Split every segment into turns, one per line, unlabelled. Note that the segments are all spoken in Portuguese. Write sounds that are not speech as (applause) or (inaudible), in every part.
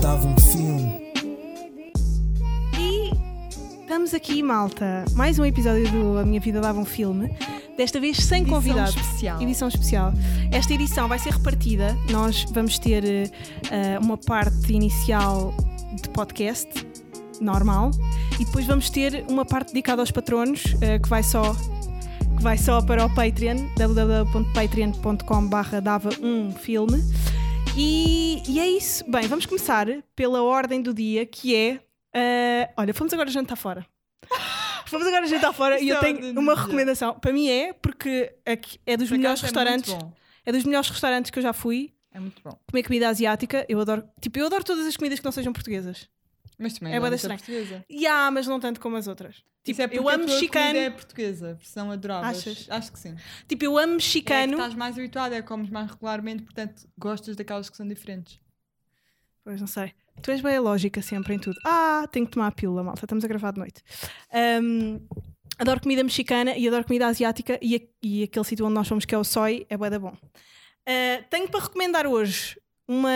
dava um filme.
E estamos aqui, malta. Mais um episódio do A Minha Vida Dava um Filme. Desta vez sem
Edição
convidado.
especial.
Edição especial. Esta edição vai ser repartida. Nós vamos ter eh, ah, uma parte inicial de podcast, normal, e depois vamos ter uma parte dedicada aos patronos, eh, que vai só que vai só para o Patreon, www.patreon.com.br dava um filme. E, e é isso. Bem, vamos começar pela ordem do dia, que é. ah, olha, fomos agora jantar
(laughs)
fora. Fomos agora jantar fora e
Isso
eu
é
tenho
ordem do
uma
dia.
recomendação. Para mim é, porque aqui é dos
Por
melhores
acaso é muito
restaurantes.
bom.
É dos melhores restaurantes que eu já fui.
É muito bom.
Comer comida asiática, eu adoro. Tipo, eu adoro todas as comidas que não sejam portuguesas.
Mas também
É
é
bué da
uma da
estranha.
portuguesa.
E há, mas não tanto como as outras.
Tipo,
Tipo,
é porque
eu amo
a tua
mexicano.
comida é portuguesa, versão adoráveis.
Achas?
Acho que sim.
Tipo, eu amo
É que
mexicano.
estás mais habituada, é que comes mais regularmente, portanto gostas daquelas que são diferentes.
Pois não sei. Tu és bem a lógica sempre em tudo. Ah, tenho que tomar a pílula, malta. Estamos a gravar de noite. Ahm, adoro comida mexicana e adoro comida asiática e, a- e aquele sítio onde nós fomos que é o Soy é bué da bom. Ah, tenho para recomendar hoje uma...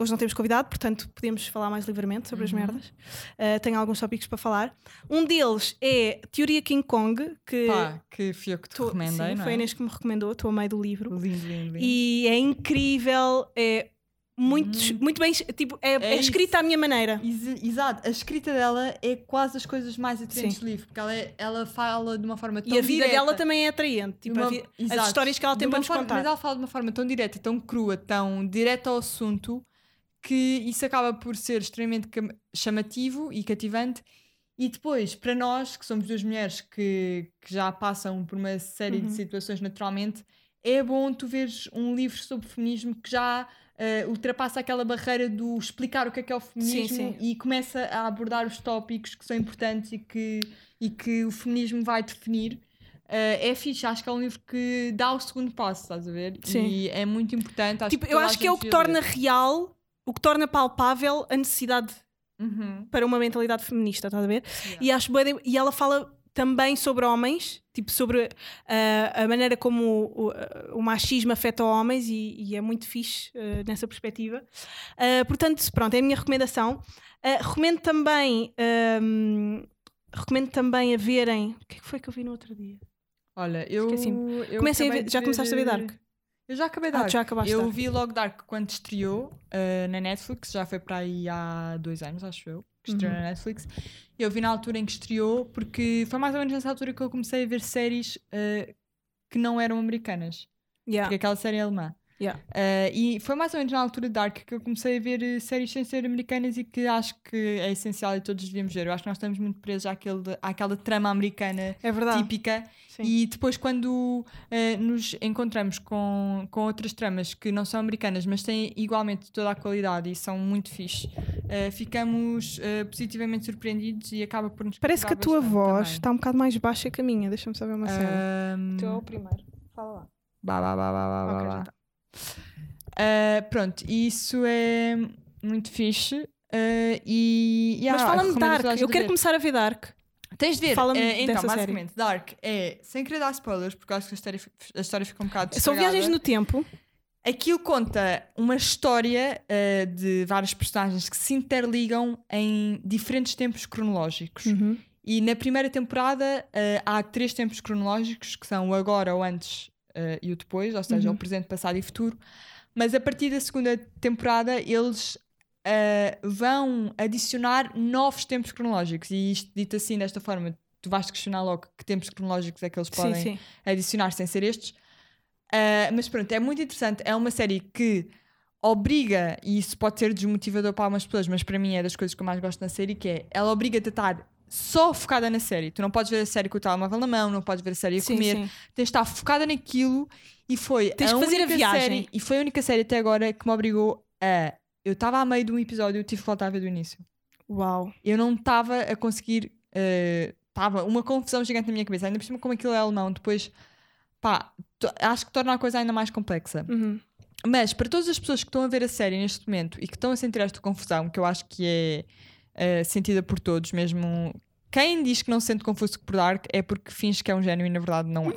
Hoje não temos convidado, portanto podemos falar mais livremente sobre as
Uhum.
merdas. Ah, tenho alguns tópicos para falar. Um deles é Teoria King Kong, que...
Pá, que fui eu que te
Eh, tô-
recomendei,
sim,
não
foi a
é?
Inês que me recomendou. Estou a meio do livro.
Lindo, lindo, lindo.
E é incrível, é muito,
Hum.
muito bem, tipo, é, é
isso.
escrita à minha maneira.
Ex- Exato, a escrita dela é quase as coisas mais atraentes do livro, porque ela, é- ela fala de uma forma tão
E a vida
direta,
dela também é atraente. Tipo, a
uma-
vi- as
Exato.
histórias que ela
De
tem
uma
para nos
forma-
contar.
Mas ela fala de uma forma tão direta, tão crua, tão direta ao assunto, que isso acaba por ser extremamente cam- chamativo e cativante. E depois, para nós, que somos duas mulheres que, que já passam por uma série
Uhum.
de situações naturalmente, é bom tu veres um livro sobre feminismo que já eh, ultrapassa aquela barreira do explicar o que é que é o feminismo
sim.
e começa a abordar os tópicos que são importantes e que, e que o feminismo vai definir. Eh, é fixe, acho que é um livro que dá o segundo passo, estás a ver?
Sim.
E é muito importante. Acho
Tipo,
que
eu
toda a
acho que é o
gente
que
devia
torna
ler.
real, o que torna palpável a necessidade
Uhum.
para uma mentalidade feminista, estás a ver?
Yeah.
E, acho bué de- e ela fala também sobre homens, tipo sobre ah, a maneira como o, o- o machismo afeta homens e, e é muito fixe ah, nessa perspectiva. Ah, portanto, pronto, é a minha recomendação. Ah, recomendo também ahm, recomendo também a verem. O que é que foi que eu vi no outro dia?
Olha, eu.
Esqueci-me.
eu
Comecem a
acabei
ver-
de
já começaste a ver Dark?
Eu já acabei
Ah,
Dark.
tu já acabaste
eu
Dark.
vi logo Dark quando estreou eh, na Netflix, já foi para aí há dois anos, acho eu, que
Uhum.
estreou na Netflix. Eu vi na altura em que estreou, porque foi mais ou menos nessa altura que eu comecei a ver séries eh, que não eram americanas.
Yeah.
Porque aquela série é alemã.
Ah. Yeah.
Eh, e foi mais ou menos na altura de Dark que eu comecei a ver eh, séries sem ser americanas e que acho que é essencial e todos devíamos ver. Eu acho que nós estamos muito presos àquele, àquela trama americana
É verdade.
típica.
Sim.
E depois, quando eh, nos encontramos com, com outras tramas que não são americanas, mas têm igualmente toda a qualidade e são muito fixe, eh, ficamos eh, positivamente surpreendidos e acaba por nos
Parece que a
pegar
tua
bastante
voz
também.
está um bocado mais baixa que a minha. Deixa-me saber uma cena.
Ahm,
Tu é o primeiro. Fala lá.
Bah, bah, bah, bah, bah,
Ok,
bah,
já
bah.
tá.
Ah, pronto, e isso é muito fixe. ah, e, ah, yeah,
Mas fala-me
recomendo a toda a
Dark. Eu
gente
quero
ver.
começar a ver Dark.
Tens de ver.
fala-me
eh, então,
dessa série.
basicamente, Dark é, sem querer dar spoilers, porque eu acho que a história, fi- a história fica um bocado.
São
estragada.
É viagens no tempo.
Aquilo conta uma história ah, de vários personagens que se interligam em diferentes tempos
Uhum.
cronológicos. E na primeira temporada eh, há três tempos cronológicos que são o agora, o antes eh, e o depois, ou seja,
Uhum.
o presente, passado e futuro. Mas a partir da segunda temporada eles eh, vão adicionar novos tempos cronológicos. E isto dito assim, desta forma, tu vais questionar logo que tempos cronológicos é que eles podem
Sim, sim.
adicionar sem ser estes. Ah, mas pronto, é muito interessante. É uma série que obriga, e isso pode ser desmotivador para algumas pessoas, mas para mim é das coisas que eu mais gosto na série, que é ela obriga-te a estar só focada na série. Tu não podes ver a série com o telemóvel na mão, não podes ver a série a
Sim,
comer,
sim.
tens de estar focada naquilo e foi
Tens
a
que fazer a
única
viagem.
série- e foi a única série até agora que me obrigou a. Eu estava a meio de um episódio e tive que voltar a ver do início
Uau.
eu não estava a conseguir. Estava uma confusão gigante na minha cabeça. Ainda por cima, como aquilo é alemão, depois. Pá, to- acho que torna a coisa ainda mais complexa.
Uhum.
Mas para todas as pessoas que estão a ver a série neste momento e que estão a sentir esta confusão, que eu acho que é eh, sentida por todos, mesmo Quem diz que não se sente confuso por Dark é porque finge que é um gênio e na
(laughs)
verdade não é.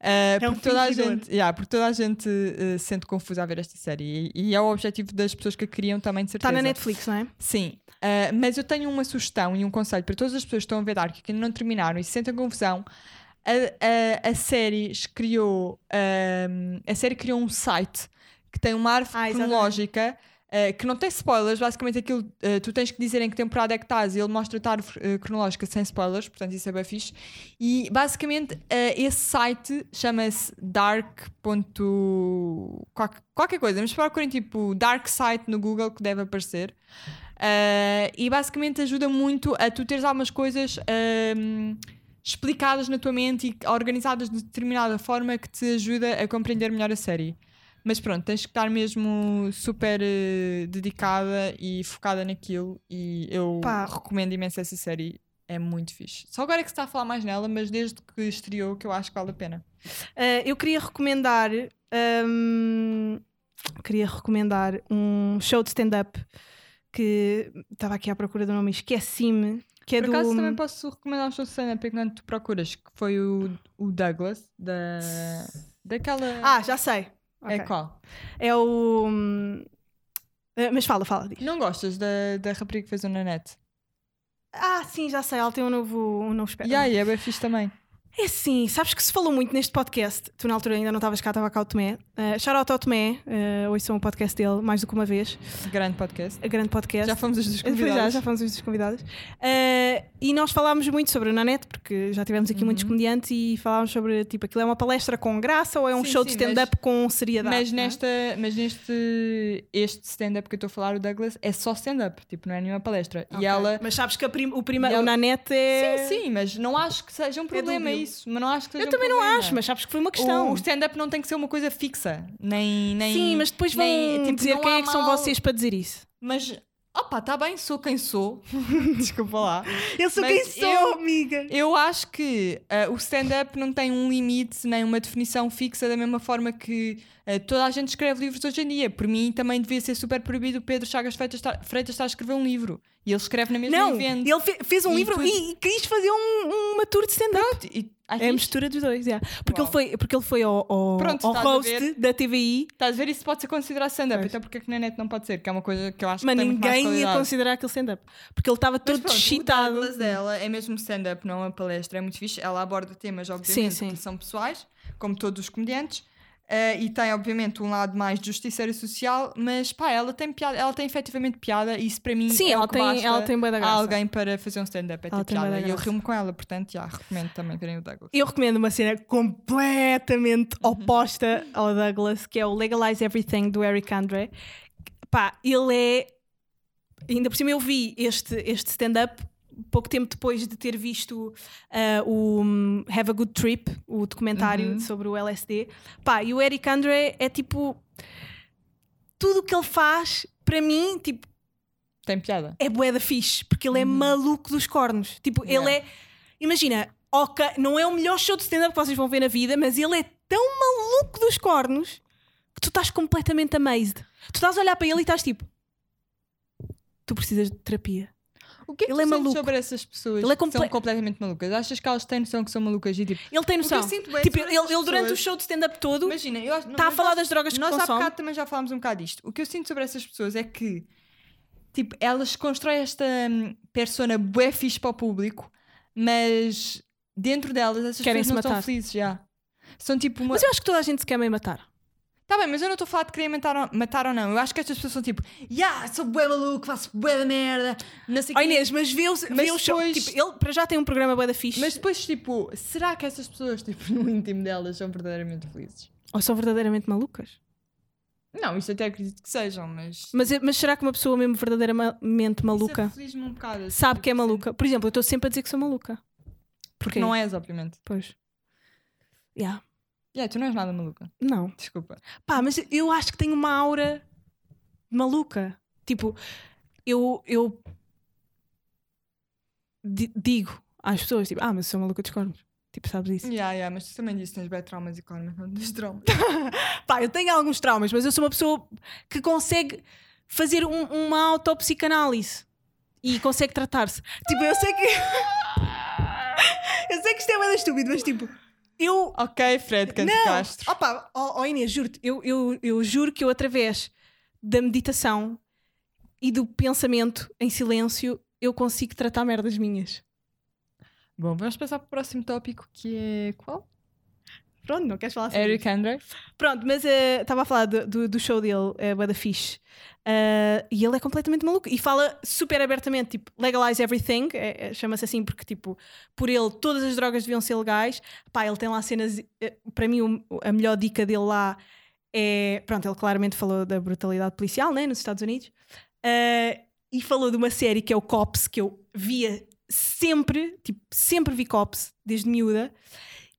Eh,
É um
porque, toda a
fingidor.
gente, yeah, porque toda a gente eh, se sente confusa a ver esta série. E, e é o objetivo das pessoas que a criam também, de certeza.
Está na Netflix, não é?
Sim, uh, mas eu tenho uma sugestão e um conselho para todas as pessoas que estão a ver Dark e que ainda não terminaram e se sentem confusão. A, a, a série criou um, a série criou um site que tem uma
Ah,
árvore
exatamente.
cronológica uh, que não tem spoilers, basicamente aquilo uh, tu tens que dizer em que temporada é que estás e ele mostra-te a árvore uh, cronológica sem spoilers, portanto isso é bem fixe. E basicamente uh, esse site chama-se dark. ponto qualque- qualquer coisa, mas procurem tipo dark site no Google que deve aparecer. Uh, e basicamente ajuda muito a tu teres algumas coisas um, explicadas na tua mente e organizadas de determinada forma que te ajuda a compreender melhor a série. Mas pronto, tens que estar mesmo super eh, dedicada e focada naquilo. E eu
Pá.
recomendo imenso essa série. É muito fixe. Só agora é que se está a falar mais nela, mas desde que estreou que eu acho que vale a pena.
Eh, eu queria recomendar. hum, queria recomendar um show de stand-up que estava aqui à procura do nome, e esqueci-me. Que é
Por
do.
acaso também posso recomendar um show de stand-up enquanto tu procuras, que foi o, o Douglas, da, daquela...
Ah, já sei. Ok.
É qual?
É o. hum, eh, Mas fala, fala diz.
Não gostas da, da rapariga que fez o Nanette?
Ah, sim, já sei. Ela tem um novo, um novo espectro.
E aí, é bem fixe também.
É sim, sabes que se falou muito neste podcast. Tu na altura ainda não estavas cá, estava cá o Tomé. Uh, Shoutout ao Tomé, uh, ouçam o podcast dele mais do que uma vez.
Grande podcast.
A grande podcast.
Já fomos as duas
Pois é, Já,
convidadas.
já fomos os dos convidados. Eh, e nós falámos muito sobre o Nanete, porque já tivemos aqui muitos
Uhum.
comediantes e falámos sobre, tipo, aquilo é uma palestra com graça ou é um
Sim,
show de
sim, mas-
stand-up com seriedade?
Mas,
não é?
nesta, mas neste este stand-up que eu estou a falar, o Douglas, é só stand-up. Tipo, não é nenhuma palestra.
Ok.
E ela...
Mas sabes que a prim- o, prima,
E ela-
o Nanete é...
Sim, sim, mas não acho que seja um problema
dúbio.
isso. Mas não acho que seja
Eu
um
também não
problema.
acho, mas sabes que foi uma
O,
questão.
o stand-up não tem que ser uma coisa fixa. Nem, nem,
Sim, mas depois vão
nem- tipo,
dizer
não
quem
há
é que são
mal-
vocês para dizer isso.
Mas, opá, está bem, sou quem sou. (laughs) Desculpa lá.
Eu sou
Mas
quem sou,
eu-
amiga.
Eu acho que ah, o stand-up não tem um limite nem uma definição fixa, da mesma forma que ah, toda a gente escreve livros hoje em dia. Por mim, também devia ser super proibido o Pedro Chagas Freitas estar, Freitas estar a escrever um livro. E ele escreve na mesma
Não,
evento.
ele fe- fez um
E
livro
tu-
e, e quis fazer um- uma tour de stand-up.
E,
É
ah, ai,
a
fixe.
mistura dos dois, yeah. porque,
Uau.
ele foi, porque ele foi ao, ao,
Pronto,
ao
estás a
host
ver.
da TVI
Estás a ver? Isso pode ser considerado stand-up.
Pois.
Então porque é que na net não pode ser? Que é uma coisa que eu acho
Mas
que tem muito mais
ninguém ia
qualidade.
considerar aquele stand-up. Porque ele estava todo
O
excitado.
Douglas dela é mesmo stand-up, não é uma palestra, é muito fixe. Ela aborda temas, obviamente,
Sim, sim.
que são pessoais, como todos os comediantes, eh, e tem, obviamente, um lado mais justiceiro social, mas pá, ela tem piada, ela tem efetivamente piada, e isso para mim
Sim,
é
ela
o que
tem,
basta
ela tem boa da
a
graça.
alguém para fazer um stand-up, é
Ela
ter
tem bué da
piada. E eu
graça.
rimo com ela, portanto, já, recomendo também verem o Douglas.
Eu recomendo uma cena completamente oposta ao Douglas, que é o Legalize Everything do Eric Andre. Pá, ele é. Ainda por cima eu vi este, este stand-up pouco tempo depois de ter visto ah, o hum, Have a Good Trip, o documentário
Uhum.
sobre o LSD. Pá, e o Eric Andre é tipo. Tudo o que ele faz, para mim, tipo,
Tem piada.
é bué da fixe, porque ele é maluco dos cornos. Tipo,
Uhum. Yeah.
ele é. Imagina, ok, não é o melhor show de stand-up que vocês vão ver na vida, mas ele é tão maluco dos cornos que tu estás completamente amazed. Tu estás a olhar para ele e estás tipo. Tu precisas de terapia.
O que é que
Ele é
tu sentes
maluco.
sobre essas pessoas
Ele é
que são
comple-
completamente malucas? Achas que elas têm noção que são malucas e tipo...
Ele tem
o que eu
noção.
sinto bem
Tipo,
sobre
ele,
essas
ele durante o
pessoas-
show de stand-up todo
Imagina, eu acho...
está tá a
mas
falar
acho-
das drogas que
Nós há
consome.
bocado também já falámos um bocado disto. O que eu sinto sobre essas pessoas é que, tipo, elas constroem esta hum, persona bué fixe para o público, mas dentro delas essas
Querem-se
pessoas não
matar.
estão felizes já. São tipo uma...
Mas eu acho que toda a gente se quer meio matar.
Tá bem, mas eu não estou a falar de querer matar ou, matar ou não. Eu acho que estas pessoas são tipo, yeah, sou bué maluco, faço bué da merda, não sei o
Oh,
quê."
Inês, mas vê, os,
Mas
vê o show.
depois-
Tipo, ele para já tem um programa bué da fixe.
Mas depois, tipo, será que essas pessoas, tipo, (laughs) no íntimo delas são verdadeiramente felizes?
Ou são verdadeiramente malucas?
Não, isso até acredito que sejam, mas...
Mas, é, mas será que uma pessoa mesmo verdadeiramente maluca
Isso é aflige-me um bocado. assim,
sabe que é
tipo,
maluca. Por exemplo, eu estou sempre a dizer que sou maluca.
Porque
é?
não és, obviamente.
Pois. Yeah.
Yeah, tu não és nada maluca.
Não.
Desculpa.
Pá, mas eu acho que tenho uma aura maluca. Tipo, eu, eu di- digo às pessoas, tipo, ah, mas eu sou maluca dos cornos. Tipo, sabes isso?
Yeah, yeah, mas tu também disse que tens bem traumas e karma, não tens traumas.
Pá, eu tenho alguns traumas, mas eu sou uma pessoa que consegue fazer um- uma autopsicanálise. e consegue tratar-se. Tipo, eu sei que. (laughs) eu sei que isto é bem estúpido, mas tipo, eu.
(laughs) Ok, Fred Cândido Castro.
Não! Opa, ó ó Inês, juro-te, eu, eu, eu juro que eu, através da meditação e do pensamento em silêncio, eu consigo tratar merdas minhas.
Oh! Bom, vamos passar para o próximo tópico que é qual?
Pronto, não queres falar sobre
Eric Andre.
Pronto, mas eh, estava a falar do, do- do show dele, eh, Bué da Fish, e ele é completamente maluco e fala super abertamente, tipo, legalize everything, eh, eh, chama-se assim porque, tipo, por ele todas as drogas deviam ser legais. Pá, ele tem lá cenas, eh, para mim o- a melhor dica dele lá é, pronto, ele claramente falou da brutalidade policial, né, nos Estados Unidos, eh, e falou de uma série que é o Cops, que eu via sempre, tipo, sempre vi Cops, desde miúda,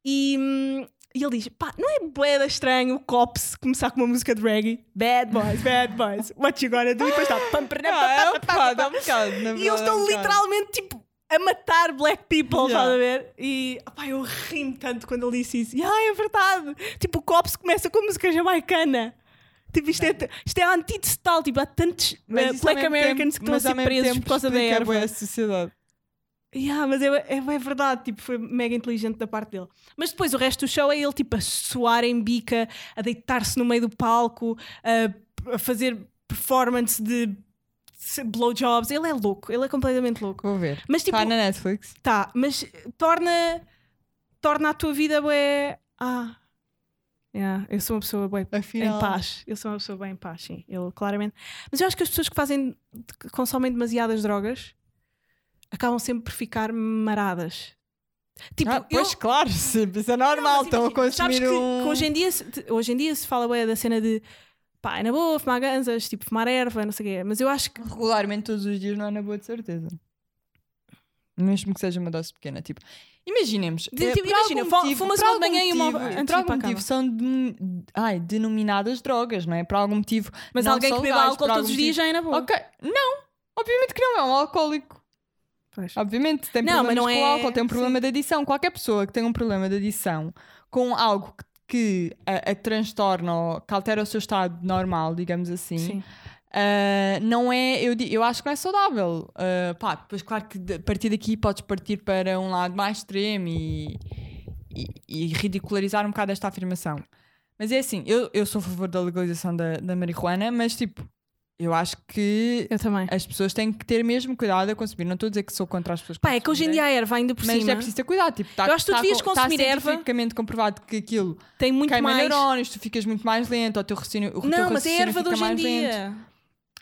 e... hum, e ele diz: pá, não é boeda estranho o Cops começar com uma música de reggae? Bad boys, bad boys, what you gonna do? E depois está. pam, pam, pam,
(laughs) Ah, é um
pam, pam, pam,
bocado, é
pam.
um bocado. (laughs) na
E eles
verdade, é um
estão
bocado.
literalmente tipo a matar black people,
Yeah.
estás a ver? E opá, eu ri-me tanto quando ele disse isso. E ah, é verdade! Tipo, o Cops começa com música jamaicana. Tipo, isto é, isto é a antítese tal. Tipo, há tantos eh,
isso ao
black
mesmo
Americans
tempo-
que estão a
mas ao
ser
mesmo
presos
tempo
por causa da
explica
erva.
bué a sociedade.
Yeah, mas é, é, é verdade, tipo, foi mega inteligente da parte dele. Mas depois o resto do show é ele tipo a suar em bica, a deitar-se no meio do palco, a, a fazer performance de se- blowjobs. Ele é louco, ele é completamente louco.
Vou ver.
Mas tipo,
Está Tá na Netflix.
tá, mas torna, torna a tua vida bué. Ah, yeah, eu sou uma pessoa bué
Afinal.
em paz. Eu sou uma pessoa bem em paz, sim. Eu, claramente. Mas eu acho que as pessoas que fazem, que consomem demasiadas drogas acabam sempre por ficar maradas. Tipo,
Ah, pois
eu,
claro, (laughs) sempre. Isso é
Não,
normal.
mas
Estão a
imagina, sabes
consumir
que,
um.
que hoje em dia se, te- hoje em dia se fala bem da cena de pá, é na boa, fumar ganzas, tipo, fumar erva, não sei o quê. Mas eu acho que
regularmente todos os dias não é na boa de certeza. Mesmo que seja uma dose pequena, tipo, imaginemos.
De-
eh,
tipo,
por
imagina,
algum
fu-
motivo-
fumas
por
uma de
algum
manhã e uma
motivo-
antes de ir
Por
para
algum
a
motivo
cama.
são de- ai, denominadas drogas, não é? Por algum motivo.
mas
não um
alguém
são
que beba
legais,
álcool
por
todos os
algum
dias já é na boa.
tipo, Ok, não, obviamente que não é um alcoólico.
Pois.
Obviamente, tem
Não, mas
problemas
não
com
é-
álcool, tem um problema de adição. Qualquer pessoa que tem um problema de adição com algo que, que a, a transtorna ou que altera o seu estado normal, digamos assim,
Sim.
Uh, não é, eu, di- eu acho que não é saudável. Uh, pá, depois, claro que de- a partir daqui podes partir para um lado mais extremo e, e, e ridicularizar um bocado esta afirmação. Mas é assim, eu, eu sou a favor da legalização da, da marihuana, mas tipo, eu acho que
Eu também.
as pessoas têm que ter mesmo cuidado a consumir. Não estou a dizer que sou contra as pessoas
Pá, é que hoje em
consumirem,
dia a erva ainda por
mas
cima
é preciso ter cuidado. Tipo, tá,
Eu acho que tu
tá
devias
com-
consumir
tá
erva.
cientificamente comprovado que aquilo
tem muito
queima
mais.
neurónios, tu ficas muito mais lento, o teu raciocínio. O teu
Não, mas é
raciocínio
erva de
fica
hoje em
mais lento.
dia.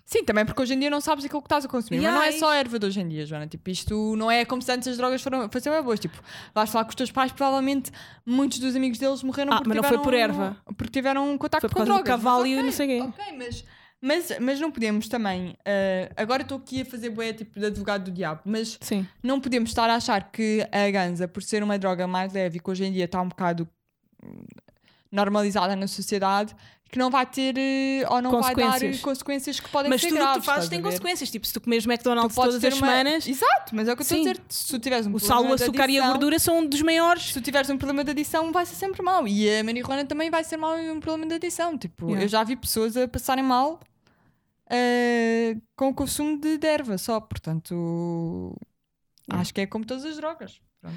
Sim, também porque hoje em dia não sabes aquilo que estás a consumir.
Yeah,
mas não é
isso.
só erva de hoje em dia, Joana. Tipo, isto não é como se antes as drogas foram fazer boas. Tipo, vais falar com os teus pais, provavelmente muitos dos amigos deles morreram
Ah,
porque
mas não foi
tiveram,
por erva.
Porque tiveram um
Foi
contacto
por
com
causa do
drogas.
cavalo e
Mas
eu não sei quê.
Ok, ok, mas, mas, mas não podemos também. ah, agora estou aqui a fazer boé tipo de advogado do diabo, mas
Sim.
não podemos estar a achar que a ganza, por ser uma droga mais leve e que hoje em dia está um bocado hum, normalizada na sociedade, que não vai ter eh, ou não vai dar eh,
Consequências.
consequências que podem
Mas
ser
tudo o
graves.
que tu fazes
estás
tem
a ver?
consequências. Tipo, se tu comeres
Tu
McDonald's
podes
todas
ter
as
uma-
semanas,
Exato, mas é o que eu estou a
Sim.
dizer. Se tu tiveres um
o
problema
sal, o
de
açúcar e a
adição-
gordura são um dos maiores.
se tu tiveres um problema de adição, vai ser sempre mal. E a marihuana também vai ser mal um problema de adição. Tipo,
Yeah.
eu já vi pessoas a passarem mal eh, com o consumo de de erva só. Portanto,
Yeah.
acho que é como todas as drogas. Pronto.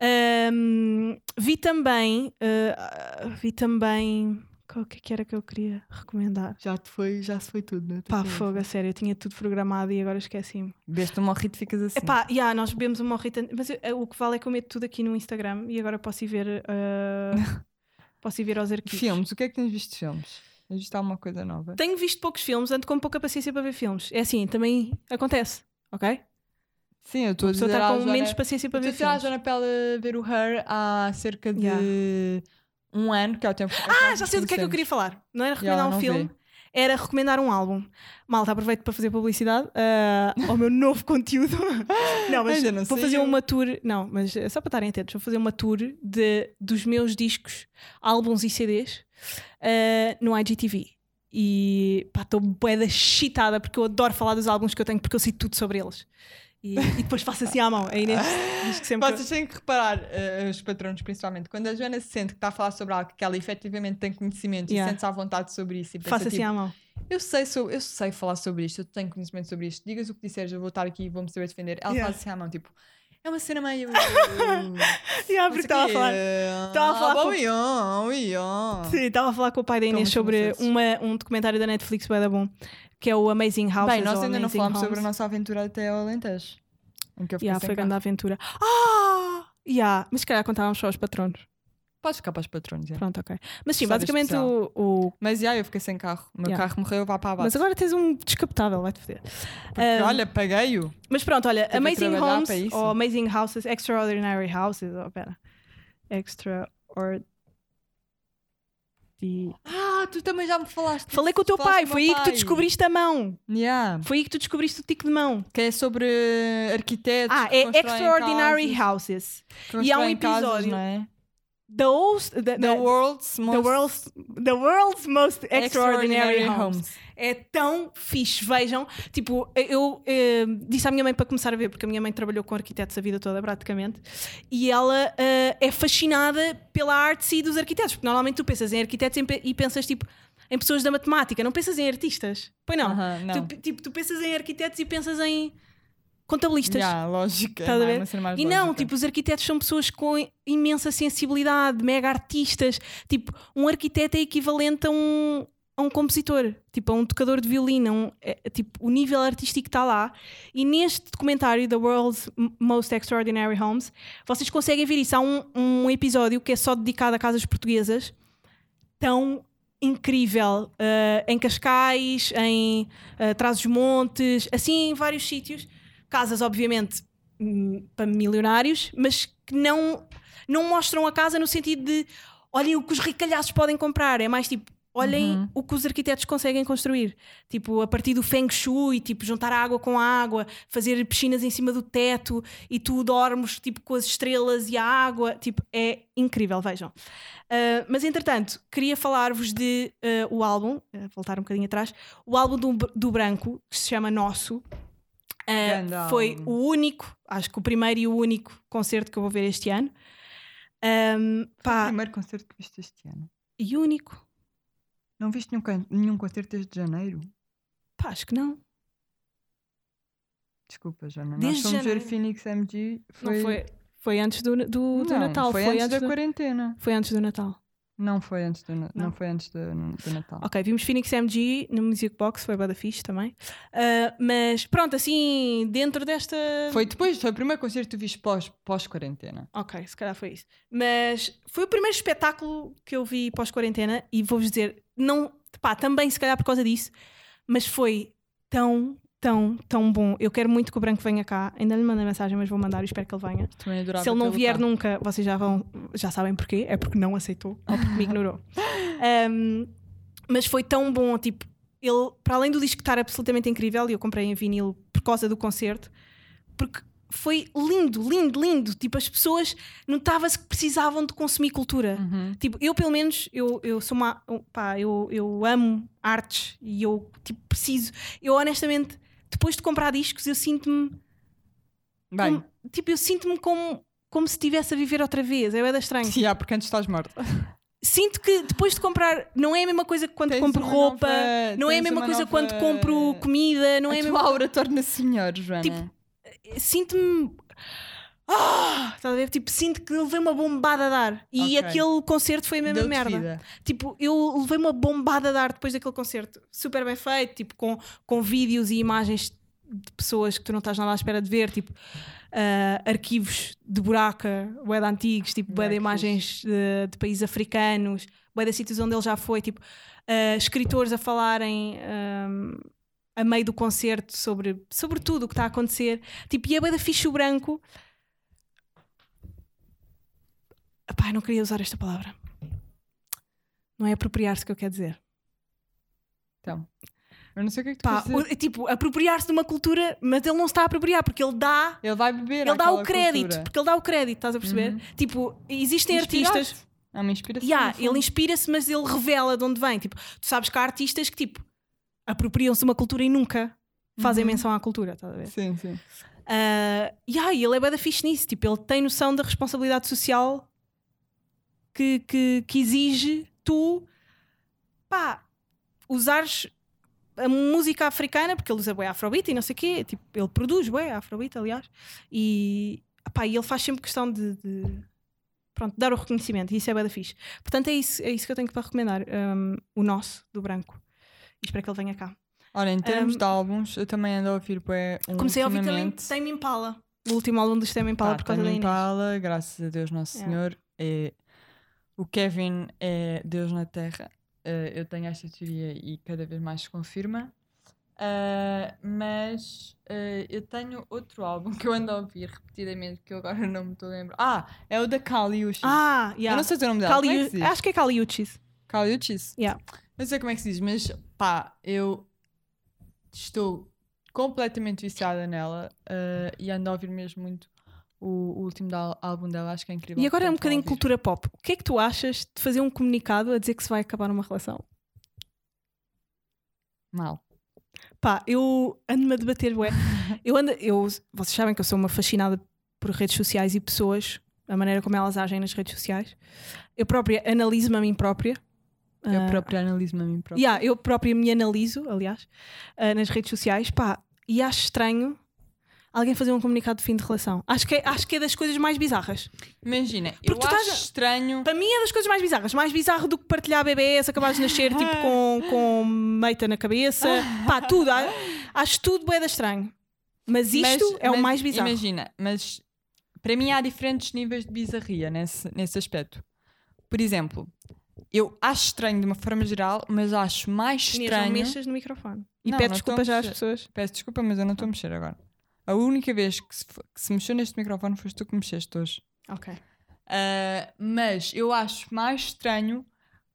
Ahm, vi também, ah, vi também, qual que é que era que eu queria recomendar?
Já, te foi, já se foi tudo, né?
Pá, fogo, a sério, eu tinha tudo programado e agora esqueci-me.
Veste um morrito ficas assim.
Epá, yeah, nós bebemos um morrito, mas eu- o que vale é que eu meto tudo aqui no Instagram e agora posso ir ver,
(laughs)
ah, posso ir ver aos arquivos.
filmes, o que é que tens visto de filmes? Tens visto alguma coisa nova?
Tenho visto poucos filmes, ando com pouca paciência para ver filmes. É assim, também acontece, ok?
Sim, eu estou a
A pessoa
dizer
está
à
com
Joana-
menos paciência para
eu
ver
estou a dizer à
filmes.
Joana para ela ver o Her há cerca de
Yeah.
um ano, que é o tempo que
Ah, já sei do que é que eu queria falar. Não era recomendar
ela
um
não
filme,
vê.
era recomendar um álbum. Malta, aproveito para fazer publicidade ah, ao meu novo (laughs) conteúdo. não, mas
Ainda não
vou fazer
saiu.
uma tour. Não, mas eh, só para estarem atentos, vou fazer uma tour de, dos meus discos, álbuns e CDs ah, no IGTV. E pá, estou boeda excitada porque eu adoro falar dos álbuns que eu tenho porque eu sei tudo sobre eles. E, e depois faço assim à mão. A Inês diz que sempre.
Vocês têm que reparar, eh, os patronos principalmente, quando a Joana se sente que está a falar sobre algo que ela efetivamente tem conhecimento
Yeah.
e sente-se à vontade sobre isso e pensa
Faço assim
tipo,
à mão.
Eu sei, sou, eu sei falar sobre isto, eu tenho conhecimento sobre isto. Digas o que disseres, eu vou estar aqui e vou-me saber defender. Ela
Yeah.
faz assim à mão, tipo, é uma cena meio.
(laughs) E a porque estava a falar. estava a
Ah,
falar com-
Ion, Ion.
Sim, estava a falar com o pai da
Estão
Inês
muito
sobre
franceses.
uma, um documentário da Netflix, bué da bom, que é o Amazing House.
Bem, nós ainda não falámos sobre a nossa aventura até ao Alentejo. Em que é. eu fiquei
Yeah,
sem
foi
carro.
grande aventura. Ah! Yeah, mas se calhar contávamos só aos patronos.
Podes ficar para os patronos, já.
Pronto, ok. Mas sim,
História
basicamente o.
especial.
o-
Mas já, eu fiquei sem carro. O meu
Yeah.
carro morreu, vá para a
Mas
base.
agora tens um descapotável, vai-te foder.
Porque,
Ah,
olha, paguei-o.
Mas pronto, olha,
que
Amazing
trabalhar
Homes
para é isso.
ou Amazing Houses, Extraordinary Houses, oh, pera. Extraordinary.
Ah, tu também já me falaste.
Falei com o teu pai, foi aí que tu descobriste a mão.
Yeah.
Foi aí que tu descobriste o tico de mão.
Que é sobre arquitetos.
Ah,
que
é
constroem
Extraordinary Houses.
casas,
E há um
constroem casas,
episódio-
não é?
The, host, the, the,
The World's Most
the world's, the world's Most Extraordinary, homes. É tão fixe, vejam. Tipo, eu eh, disse à minha mãe para começar a ver, porque a minha mãe trabalhou com arquitetos a vida toda, praticamente, e ela eh, é fascinada pela arte e dos arquitetos, porque normalmente tu pensas em arquitetos e pe- e pensas tipo em pessoas da matemática, não pensas em artistas. Pois não.
Aham, não.
Tu, tipo, tu pensas em arquitetos e pensas em contabilistas.
Yeah, lógica.
Estás a
não é?
ver?
Uma cena mais
E não,
lógica.
tipo, os arquitetos são pessoas com imensa sensibilidade, mega artistas. Tipo, um arquiteto é equivalente a um, a um compositor, tipo, a um tocador de violino. a um- é, é, tipo, o nível artístico está lá. E neste documentário, The World's M- Most Extraordinary Homes, vocês conseguem ver isso. Há um, um episódio que é só dedicado a casas portuguesas. Tão incrível eh, em Cascais, em eh, Trás-os-Montes, assim em vários sítios. Casas, obviamente, hum, para milionários, mas que não, não mostram a casa no sentido de olhem o que os ricalhaços podem comprar. É mais tipo, olhem
Uhum.
o que os arquitetos conseguem construir. Tipo, a partir do Feng Shui, tipo, juntar a água com a água, fazer piscinas em cima do teto e tu dormes tipo, com as estrelas e a água. Tipo, é incrível, vejam. Uh, mas entretanto, queria falar-vos de uh, o álbum, uh, voltar um bocadinho atrás, o álbum do, do Branco, que se chama Nosso. Uh,
Grande
foi
álbum.
o único, acho que o primeiro e o único concerto que eu vou ver este ano. Um,
Foi o
pá,
primeiro concerto que viste este ano.
e único?
Não viste nenhum, can- nenhum concerto desde janeiro?
Pá, acho que não.
Desculpa, Jana.
Desde
Nós fomos
janeiro.
ver Phoenix MG. Foi...
Não foi, foi antes do, do, do
Não,
Natal.
Foi, antes, da
do-
quarentena.
foi antes do Natal.
Não foi antes do, na- não.
Não.
foi antes do, do Natal.
Ok, vimos Phoenix MG no Music Box, foi bada fixe também. Uh, mas pronto, assim, dentro desta.
Foi depois, foi o primeiro concerto que tu viste pós- pós-quarentena.
Ok, se calhar foi isso. Mas foi o primeiro espetáculo que eu vi pós-quarentena e vou-vos dizer, não, pá, também se calhar por causa disso, mas foi tão, tão, tão bom. Eu quero muito que o Branco venha cá. Ainda lhe mandei mensagem, mas vou mandar e espero que ele venha.
Também adorava
Se ele não
tê-lo
vier
cá.
nunca, vocês já vão, já sabem porquê. É porque não aceitou ou porque me ignorou. Um, mas foi tão bom, tipo, ele, para além do disco estar absolutamente incrível, e eu comprei em vinil por causa do concerto, porque foi lindo, lindo, lindo. Tipo, as pessoas notava-se que precisavam de consumir cultura.
Uhum.
Tipo, eu pelo menos, eu, eu sou uma. um, Pá, eu, eu amo artes e eu, tipo, preciso. Eu honestamente, depois de comprar discos, eu sinto-me
Bem,
como- tipo, eu sinto-me como, como se estivesse a viver outra vez. É bem estranho.
(laughs) sim, há, porque antes estás morta.
Sinto que depois de comprar, não é a mesma coisa que quando
Tens
compro
uma
roupa,
nova-
não é a
tens
mesma
uma
coisa
nova-
quando compro comida,
(laughs)
não é a
a
mesma.
tua aura torna-se melhor, Joana.
Tipo, Sinto-me. Ah, estás a ver? Tipo, sinto que levei uma bombada a dar. E
Ok.
aquele concerto foi a mesma
Deu-te
merda.
vida.
Tipo, eu levei uma bombada a dar depois daquele concerto. Super bem feito, tipo, com, com vídeos e imagens de pessoas que tu não estás nada à espera de ver, tipo, ah, arquivos de buraca, bué de antigos, tipo, bué de
Bué que
imagens de, de países africanos, bué de sítios onde ele já foi, tipo, ah, escritores a falarem ahm, a meio do concerto sobre, sobre tudo o que está a acontecer. Tipo, e a bué da ficha branco... Epá, eu não queria usar esta palavra. Não é apropriar-se que eu quero dizer.
Então, eu não sei o que é que tu
Pá,
queres dizer.
o- tipo, apropriar-se de uma cultura, mas ele não se está a apropriar, porque ele dá,
Ele vai beber
ele dá
àquela
o crédito,
cultura. Uhum.
porque ele dá o crédito, estás a perceber? Tipo, existem artistas.
Inspiraste. É uma inspiração.
Yeah,
no fundo.
ele inspira-se, mas ele revela de onde vem. Tipo, tu sabes que há artistas que tipo apropriam-se de uma cultura e nunca fazem
Uhum.
menção à cultura, estás a ver?
Sim, sim.
Ah, yeah, e ele é bada fixe nisso, tipo, ele tem noção da responsabilidade social que, que, que exige tu pá, usares a música africana, porque ele usa bué afrobeat e não sei o quê, tipo, ele produz bué afrobeat, aliás, e, epá, e ele faz sempre questão de, de, pronto, dar o reconhecimento, e isso é bué da fixe. Portanto, é isso, é isso que eu tenho para recomendar, hum, o nosso, do branco, e espero que ele venha cá.
Olha, em termos de álbuns, eu também ando a ouvir bué um
Um, Comecei a ouvir também
ultimamente.
Tame Impala, o último álbum dos Tame Impala,
Pá,
por causa da
Tame
Inês.
Impala, Tá, graças a Deus Nosso
É.
Senhor. É, o Kevin é Deus na Terra. Eh, eu tenho esta teoria e cada vez mais se confirma. Ah, mas eh, eu tenho outro álbum (laughs) que eu ando a ouvir repetidamente, que eu agora não me estou a lembrar. Ah, é o da Kali Uchis.
Ah, yeah.
Eu não sei dizer o nome dela.
Kali-
Como é que se diz?
acho que é Kali Uchis.
Kali Uchis.
Yeah.
Não sei como é que se diz, mas pá, eu estou completamente viciada nela eh, e ando a ouvir mesmo muito o, o último da- álbum dela, acho que é incrível.
E agora é um
portanto, vão
bocadinho
ouvir.
cultura pop. O que é que tu achas de fazer um comunicado a dizer que se vai acabar uma relação?
Mal.
Pá, eu ando-me a debater,
(laughs)
bué. Eu ando, eu, vocês sabem que eu sou uma fascinada por redes sociais e pessoas, a maneira como elas agem nas redes sociais. Eu própria analiso-me a mim própria.
Eu
Ah,
própria analiso-me a mim própria.
Yeah, eu própria me analiso, aliás, ah, nas redes sociais, pá, e acho estranho alguém fazer um comunicado de fim de relação. Acho que é, acho que é das coisas mais bizarras.
Imagina,
Porque
eu
tu
acho
estás a-
estranho.
Para mim é das coisas mais bizarras. Mais bizarro do que partilhar bebês, acabares de nascer (laughs) tipo com, com meita na cabeça. Pá, tudo. a- Acho tudo bué da estranho. Mas isto
mas-
é
mas
o mais bizarro.
Imagina, mas para mim há diferentes níveis de bizarria nesse, nesse aspecto. Por exemplo, eu acho estranho de uma forma geral, mas acho mais
Inês, não
estranho.
mexas no microfone. E
Não,
pede
não
desculpa
estou a
já às
mexer.
pessoas.
Peço desculpa, mas eu não estou a mexer agora. A única vez que se, fo- que se mexeu neste microfone foste tu que mexeste hoje.
Ok.
Ah, mas eu acho mais estranho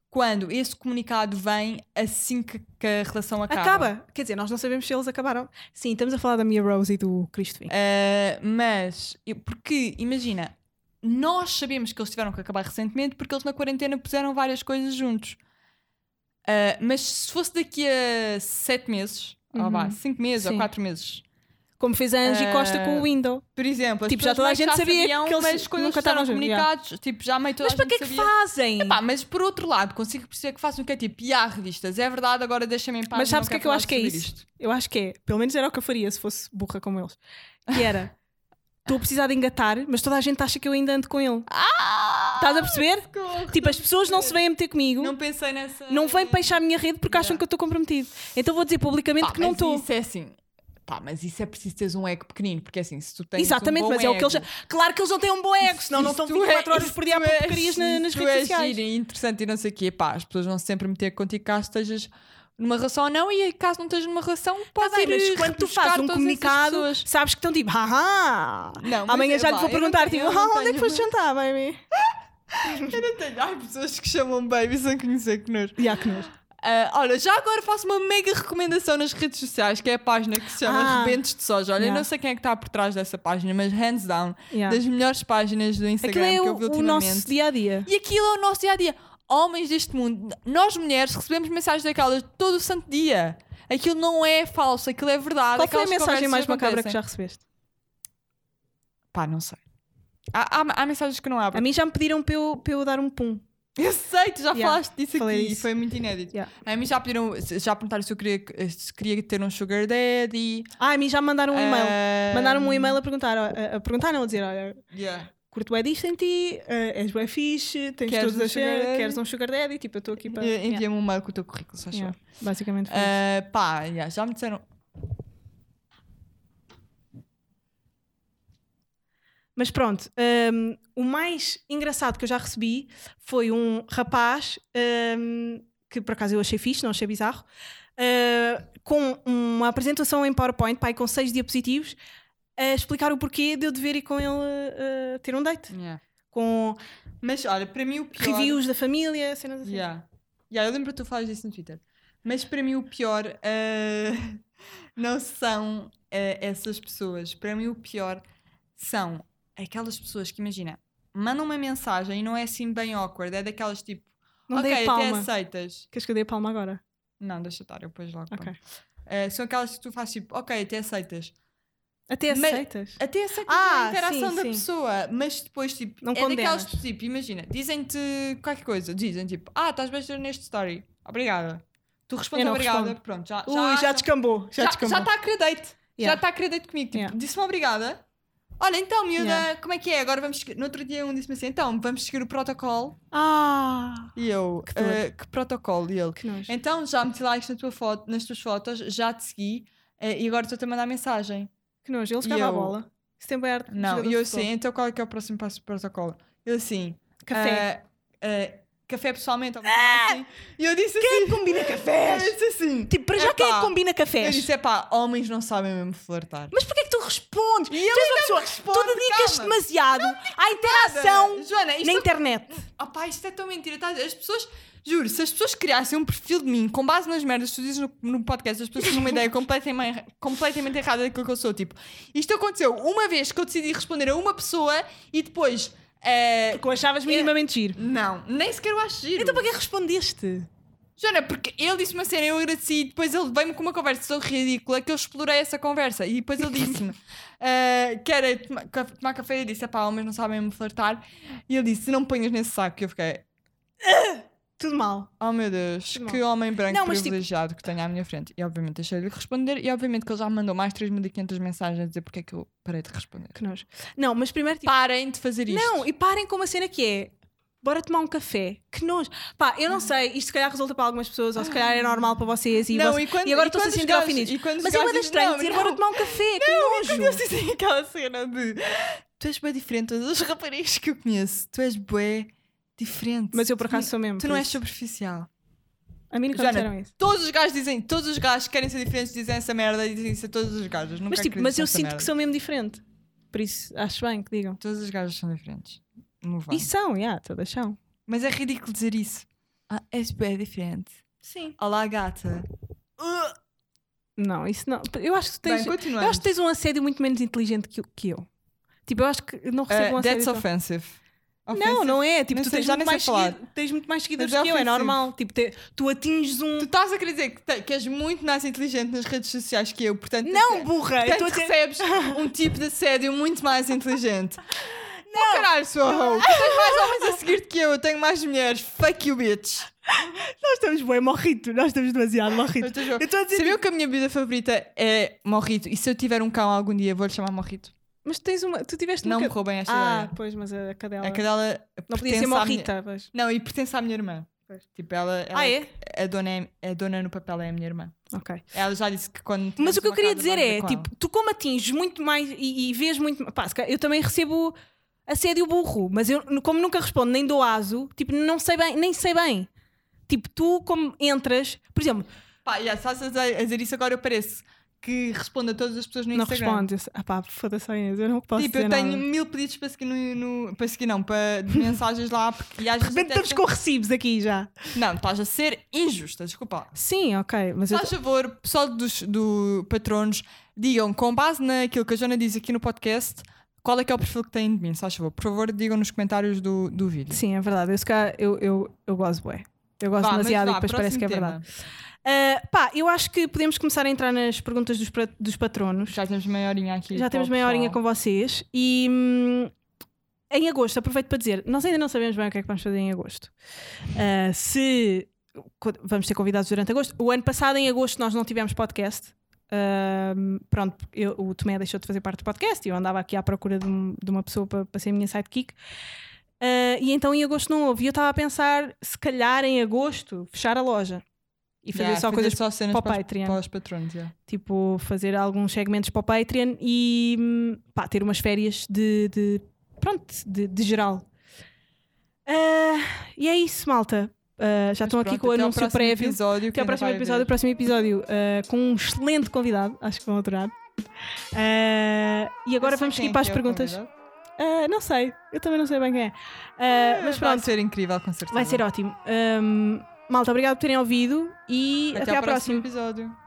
quando esse comunicado vem assim que, que a relação acaba.
Acaba. Quer dizer, nós não sabemos se eles acabaram. Sim, estamos a falar da Mia Rose e do Cristo Vim.
Ah, mas, eu- porque, imagina, nós sabemos que eles tiveram que acabar recentemente porque eles na quarentena puseram várias coisas juntos. Ah, mas se fosse daqui a sete meses, ou vá,
Uhum.
cinco meses
Sim.
ou quatro meses,
Como fez a Angie
Eh,
Costa com o Window.
Por exemplo, as
Tipo, já
pessoas
toda a
mais
gente
já
sabia
sabiam,
que eles
mas quando
nunca
eles estavam
estavam juntos,
comunicados, tipo, já meio toda
Mas
a
para
gente
que é que
sabia.
fazem?
Epá, mas por outro lado, consigo perceber que fazem o que é tipo, e há revistas, é verdade, agora deixa-me em paz.
Mas
não
sabes o que é
quero
que eu
falar
acho que é
sobre
isso?
isto.
Eu acho que é. Pelo menos era o que eu faria se fosse burra como eles. Que era. Estou a precisar de engatar, mas toda a gente acha que eu ainda ando com ele.
Ah!
Estás a perceber?
socorro,
Tipo, as pessoas não se vêm a meter comigo,
Não
não,
pensei nessa.
vêm peixar a minha rede porque acham
Yeah.
que eu estou comprometido. Então vou dizer publicamente
Pá,
que não
mas
estou.
Isso é assim. Pá, mas isso é preciso teres um ego pequenino, porque assim, se tu tens.
Exatamente,
um bom
mas é o que eles.
ego,
Claro que eles não têm um bom ego, senão não
se
estão
tu
24
és-
horas por dia a
se tu
pôr
és-
porcarias na- nas
se tu é
redes
és
sociais.
gira e interessante e não sei o quê, pá, as pessoas vão sempre meter contigo caso estejas numa relação ou não, e caso não estejas numa relação,
Tá
pode
bem,
ir
mas quando tu fazes um
rebuscar todas essas
comunicado,
pessoas.
sabes que estão tipo, haha!
Não, mas
Amanhã
é
já lhes
pá,
vou
eu não
perguntar,
tenho-
tipo,
eu não
ah, onde é que
tenho-
foste jantar, baby?
Eu não tenho. Ai, pessoas que chamam baby sem conhecer que nós. Ah,
E há que nos.
olha, já agora faço uma mega recomendação nas redes sociais, que é a página que se chama
Ah.
Rebentos de Soja. Olha,
Yeah.
eu não sei quem é que está por trás dessa página, mas hands down,
Yeah.
das melhores páginas do Instagram
Aquilo é
que eu vi
o, o
ultimamente.
nosso dia a dia.
E aquilo é o nosso dia a dia. Homens deste mundo, nós mulheres recebemos mensagens daquelas todo o santo dia. Aquilo não é falso, aquilo é verdade.
Qual foi a
Aquelas
mensagem
conversas
mais macabra que
acontecem.
já recebeste?
Pá, não sei. Há, há- há mensagens que não
A
abrem.
mim já me pediram para eu, para eu dar um pum.
Eu sei, tu já
Yeah,
falaste disso
falei
aqui e
disso.
foi muito inédito.
Yeah.
A mim já pediram, já perguntaram se eu queria, se queria ter um sugar daddy.
Ah, a mim já me mandaram um e-mail.
Ah,
Mandaram-me um e-mail a perguntar, a, a perguntar, não, a dizer, olha,
yeah.
curto bué disto em ti, eh, és bué fixe, tens
Queres
todos
um
a
sugar
ser,
daddy?
queres um sugar daddy, tipo, eu estou aqui para...
Eh, Envia-me um mail com o teu currículo, se achou.
Yeah, Basicamente foi isso.
Ah, pá, yeah, já me disseram.
Mas pronto, hum, o mais engraçado que eu já recebi foi um rapaz hum, que por acaso eu achei fixe, não achei bizarro, uh, com uma apresentação em PowerPoint, pai, com seis diapositivos, a explicar o porquê de eu dever ir com ele uh, ter um date.
Yeah.
Com
Mas olha, para mim o pior.
reviews da família, cenas assim.
Yeah. Yeah, eu lembro que tu falas disso no Twitter. Mas para mim o pior ah, (laughs) não são ah, essas pessoas. Para mim o pior são aquelas pessoas que, imagina, mandam uma mensagem e não é assim bem awkward. É daquelas tipo,
Não
ok,
dei
até
palma.
aceitas.
Queres que eu dei a palma agora?
Não, deixa estar, eu depois logo.
Ok.
ponho. Ah, são aquelas que tu fazes tipo, ok, até aceitas.
Até
Mas-
aceitas?
Até aceitas
Ah,
a interação
sim,
da
sim.
pessoa, mas depois, tipo,
Não
é
condenas.
daquelas, tipo, imagina, dizem-te qualquer coisa, dizem, tipo, ah, estás bem neste story, obrigada. Tu respondes
Eu não
obrigada.
respondo.
Pronto, já, já,
Ui, já descambou. Já,
já,
descambou.
já está a querer date. Já
Yeah.
está a querer date comigo. Tipo,
Yeah.
disse-me obrigada. Olha, então, miúda,
Yeah.
como é que é? Agora vamos. seguir- No outro dia um disse-me assim, então, vamos seguir o protocolo.
Ah,
E eu,
Que
"Ah, que protocolo? E ele,
que nojo.
então já meti likes na tua foto, nas tuas fotos, já te segui eh, e agora estou-te a mandar mensagem.
Que nojo. Ele
E
jogava a
eu-
bola. Isso também é arte. de
Não,
jogador
e eu
de futebol.
assim, então qual é que é o próximo passo do protocolo? Ele assim,
Café.
"Ah, ah, café pessoalmente, ou alguma coisa assim. E eu disse assim,
combina
eu
cafés?
disse assim,
Tipo, para já quem é que
Epá.
combina
eu
cafés?
disse, é pá, homens não sabem mesmo flertar.
Mas porquê é que tu respondes?
E
tu és uma
ele
pessoa, tu dedicas
calma.
demasiado à interação
Joana, isto
na
é
internet.
Opá, isto é tão mentira. tá? As pessoas, juro, se as pessoas criassem um perfil de mim com base nas merdas que tu dizes no, no podcast, as pessoas têm uma ideia completamente, completamente errada daquilo que eu sou. Tipo, isto aconteceu uma vez que eu decidi responder a uma pessoa e depois. eh,
Porque o achavas minimamente giro.
não, nem sequer o acho giro.
É. Então para que respondeste?
Joana, porque ele disse uma cena, eu agradeci, e depois ele veio-me com uma conversa tão ridícula que eu explorei essa conversa. E depois ele disse-me eh, que era toma- ca- tomar café. Eu disse, pá, homens não sabem me flertar. E ele disse, não ponhas nesse saco. E eu fiquei,
Tudo mal.
Oh meu Deus,
Irmão.
que homem branco
Não, mas, tipo-
privilegiado que tenho à minha frente. E obviamente deixei-lhe responder, e obviamente que ele já me mandou mais 3.500 mensagens a dizer porque é que eu parei de responder.
Que nojo. Não, mas primeiro tipo.
Parem de fazer isto.
Não, e parem com uma cena que é. Bora tomar um café. Que nojo. Pá, eu não sei, isto se calhar resulta para algumas pessoas, ou se calhar é normal para vocês. E, vocês- e agora estou a sentir ofendidos. Mas é uma das estranho dizer bora (laughs) tomar um café. que
Eu
nojo.
disse aquela cena de
(laughs)
tu és bem diferente de todos os raparigas que eu conheço. Tu és bué diferente.
Mas eu por acaso sou mesmo.
Tu não
por
és
isso.
superficial.
A mim nunca me
Joana,
disseram isso.
Todos os gajos dizem, todos os gajos que querem ser diferentes dizem essa merda e dizem isso a todos os gajos. Nunca
Mas, tipo,
acredito
mas eu
nessa
sinto
merda.
que sou mesmo diferente. Por isso, acho bem que digam.
Todas as gajas são diferentes. Move on.
E são, já, todas são.
Mas é ridículo dizer isso. Ah,
é
és bem diferente.
Sim.
Olá, gata.
Não, isso não. Eu acho que tens,
Bem,
eu
continuamos.
acho que tens um assédio muito menos inteligente que, eu- que eu. Tipo, eu acho que não recebo um
Uh,
assédio.
that's
tão-
offensive.
Não, não é. Tipo,
Nem
tu
sei,
tens
já
muito,
nem
mais
sei falar.
seguido- tens muito mais seguidores
Mas é
que eu, é
ofensivo.
normal. Tipo, te- tu atinges um.
Tu estás a querer dizer que, te- que és muito mais inteligente nas redes sociais que eu, portanto.
Não, burra! eu estou
Portanto,
a dizer- (laughs)
recebes um tipo de assédio muito mais inteligente. Não! caralho, sou eu. Tu tens mais homens a seguir-te que eu, eu tenho mais mulheres. Fuck you, bitch.
Nós estamos bem, morrito. Nós estamos demasiado
Eu
morrito.
estou a tipo- jogar.
Eu estou a dizer.
Sabiam que a minha bebida favorita é Morrito? E se eu tiver um cão algum dia, vou-lhe chamar Morrito.
Mas tens uma. Tu tiveste
Não
um.
me
ca-
roubem esta
Ah,
ideia. É
pois, mas a cadela.
A cadela
Não podia ser
pertence à minha-
morrita, pois.
Não, e pertence à minha irmã.
Pois.
Tipo, ela, ela-
Ah, é?
a, dona é- a dona no papel é a minha irmã.
Ok.
Ela já disse que quando.
Mas
tivermos
o que eu
uma
queria
casa,
dizer
vamos
é,
ver com
tipo, tu como atinges muito mais e, e vês muito. Pá, se calhar eu também recebo assédio burro, mas eu, como nunca respondo nem dou aso, tipo, não sei bem, nem sei bem. Tipo, tu como entras, por exemplo,
ela. Pá, já estás a dizer a dizer isso agora, eu pareço que respondo a todas as pessoas no
não
Instagram.
respondes. Ah pá, foda-se, Inês, eu não posso
Tipo,
dizer
eu tenho
nada.
mil pedidos para seguir no. no- para seguir, não,
(laughs)
para de mensagens lá, porque às
De
vezes.
repente
até
estamos com recibos aqui já.
tem- Não, estás a ser injusta, desculpa. lá.
Sim, ok, mas eu.
Faz favor, pessoal dos do patronos, digam com base naquilo que a Joana diz aqui no podcast, qual é que é o perfil que têm de mim, se faz favor. Por favor, digam nos comentários do, do vídeo.
Sim, é verdade. Eu, se calhar, eu, eu, eu gosto, bué. Eu gosto
Vá, mas
demasiado
vá,
e depois parece
próximo
que é
tema.
verdade. Ah, pá, eu acho que podemos começar a entrar nas perguntas dos, pra- dos patronos.
Já temos meia horinha aqui.
Já
para
temos
o
meia horinha
pessoal.
com vocês e hum, em agosto, aproveito para dizer, nós ainda não sabemos bem o que é que vamos fazer em agosto. Ah, se quando- vamos ter convidados durante agosto. O ano passado, em agosto, nós não tivemos podcast. Ahm, pronto, eu- o Tomé deixou de fazer parte do podcast e eu andava aqui à procura de, um- de uma pessoa para, para ser a minha sidekick. Ah, e então em agosto não houve. E eu estava a pensar, se calhar em agosto, fechar a loja e fazer
Yeah,
só coisas
só cenas
para o
para, os-
Patreon.
para os patronos. yeah.
tipo fazer alguns segmentos para o Patreon e hum, pá, ter umas férias de, de- pronto, de, de geral. Ah, e é isso, malta. Ah, já estão
Pronto,
aqui com o
até ao
anúncio
próximo
prévio.
Episódio,
Até ao próximo episódio, é o próximo episódio ah, com um excelente convidado, acho que vão adorar. Ah, e agora vamos
é
seguir para as perguntas. Ah, não sei, eu também não sei bem quem é. Ah, mas
vai
pronto,
ser incrível, com certeza.
vai ser ótimo. Ahm, malta, Ah, obrigado por terem ouvido e até,
Até,
à
ao próximo
próxima.
episódio.